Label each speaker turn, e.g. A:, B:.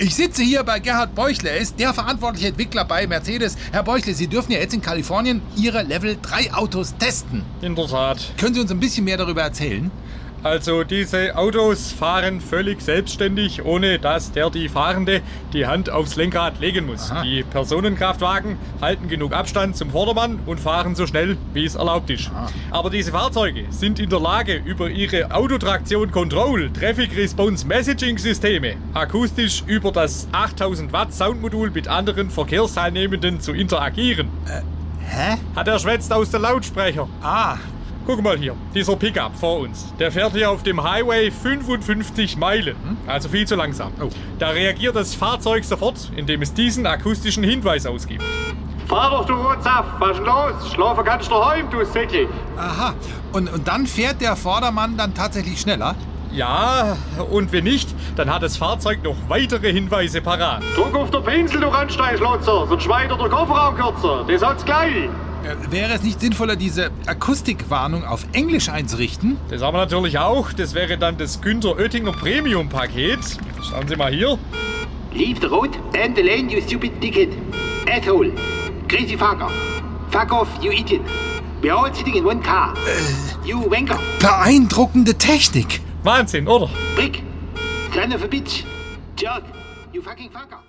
A: Ich sitze hier bei Gerhard Beuchle. Er ist der verantwortliche Entwickler bei Mercedes. Herr Beuchle, Sie dürfen ja jetzt in Kalifornien Ihre Level 3 Autos testen.
B: In der Tat.
A: Können Sie uns ein bisschen mehr darüber erzählen?
B: Also diese Autos fahren völlig selbstständig, ohne dass der die Fahrende die Hand aufs Lenkrad legen muss.
A: Aha.
B: Die Personenkraftwagen halten genug Abstand zum Vordermann und fahren so schnell, wie es erlaubt ist. Aber diese Fahrzeuge sind in der Lage, über ihre Autotraktion Control, Traffic Response Messaging Systeme akustisch über das 8000 Watt Soundmodul mit anderen Verkehrsteilnehmenden zu interagieren.
A: Hä?
B: Hat er schwätzt aus dem Lautsprecher.
A: Ah,
B: Guck mal hier, dieser Pickup vor uns, der fährt hier auf dem Highway 55 Meilen, also viel zu langsam. Da reagiert das Fahrzeug sofort, indem es diesen akustischen Hinweis ausgibt. Fahr doch, du Rotzaf, was ist denn los? Schlafen kannst du heim, du Säckel.
A: aha. Und, und dann fährt der Vordermann dann tatsächlich schneller?
B: Ja, und wenn nicht, dann hat das Fahrzeug noch weitere Hinweise parat.
C: Druck auf der Pinsel, du Randsteinschlotzer, sonst schmeidet der Kofferraum kürzer. Das hat's gleich.
A: Äh, wäre es nicht sinnvoller, diese Akustikwarnung auf Englisch einzurichten?
B: Das haben wir natürlich auch, das wäre dann das Günter Oettinger Premium Paket. Schauen Sie mal hier.
D: Leave the road and the lane, you stupid dickhead. Asshole. Crazy fucker. Fuck off, you idiot. We're all sitting in one car. You wanker.
A: Beeindruckende Technik.
B: Wahnsinn, oder?
D: Brick. Son of a bitch. Jerk. You fucking fucker.